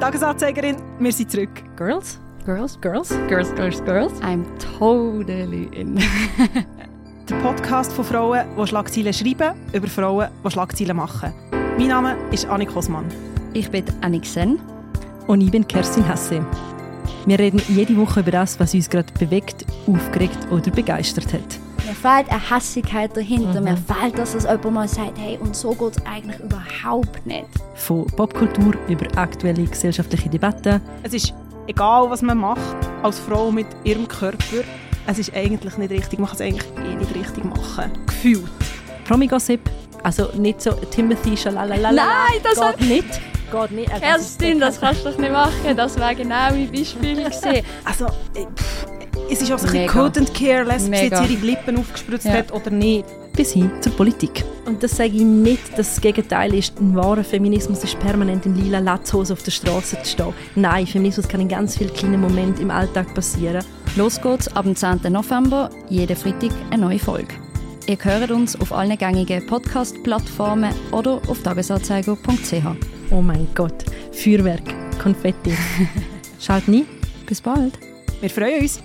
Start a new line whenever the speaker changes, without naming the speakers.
Tagesanzeigerin, wir sind zurück.
Girls?
Girls,
Girls? Girls, girls, girls?
I'm totally in.
Der Podcast von Frauen, die Schlagzeilen schreiben, über Frauen, die Schlagzeilen machen. Mein Name ist Annik Kosmann.
Ich bin Annixen.
Und ich bin Kerstin Hesse. Wir reden jede Woche über das, was uns gerade bewegt, aufgeregt oder begeistert hat.
Mir fehlt eine Hassigkeit dahinter. Mir fehlt, dass das jemand mal sagt, hey, und so geht es eigentlich überhaupt nicht.
Von Popkultur über aktuelle gesellschaftliche Debatten.
Es ist egal, was man macht, als Frau mit ihrem Körper. Es ist eigentlich nicht richtig. Man kann es eigentlich eh nicht richtig machen. Gefühlt.
Promi-Gossip. Also nicht so Timothy Schalalala.
Nein, das hat-
geht nicht. also Geht nicht. Also das ist-
Kerstin, das kannst du doch nicht machen. Das war genau mein Beispiel. gewesen.
Also, äh, pff, es ist auch so ein bisschen
Mega.
couldn't careless, ob sie jetzt
Mega.
ihre Lippen aufgespritzt
Ja.
hat oder nicht.
bis hin zur Politik. Und das sage ich nicht, dass das Gegenteil ist. Ein wahrer Feminismus ist permanent in lila Latzhose auf der Straße zu stehen. Nein, Feminismus kann in ganz vielen kleinen Momenten im Alltag passieren.
Los geht's ab dem 10. November, jeden Freitag eine neue Folge. Ihr hört uns auf allen gängigen Podcast-Plattformen oder auf tagesanzeiger.ch.
Oh mein Gott, Feuerwerk, Konfetti. Schaut nie.
Bis bald!
Wir freuen uns.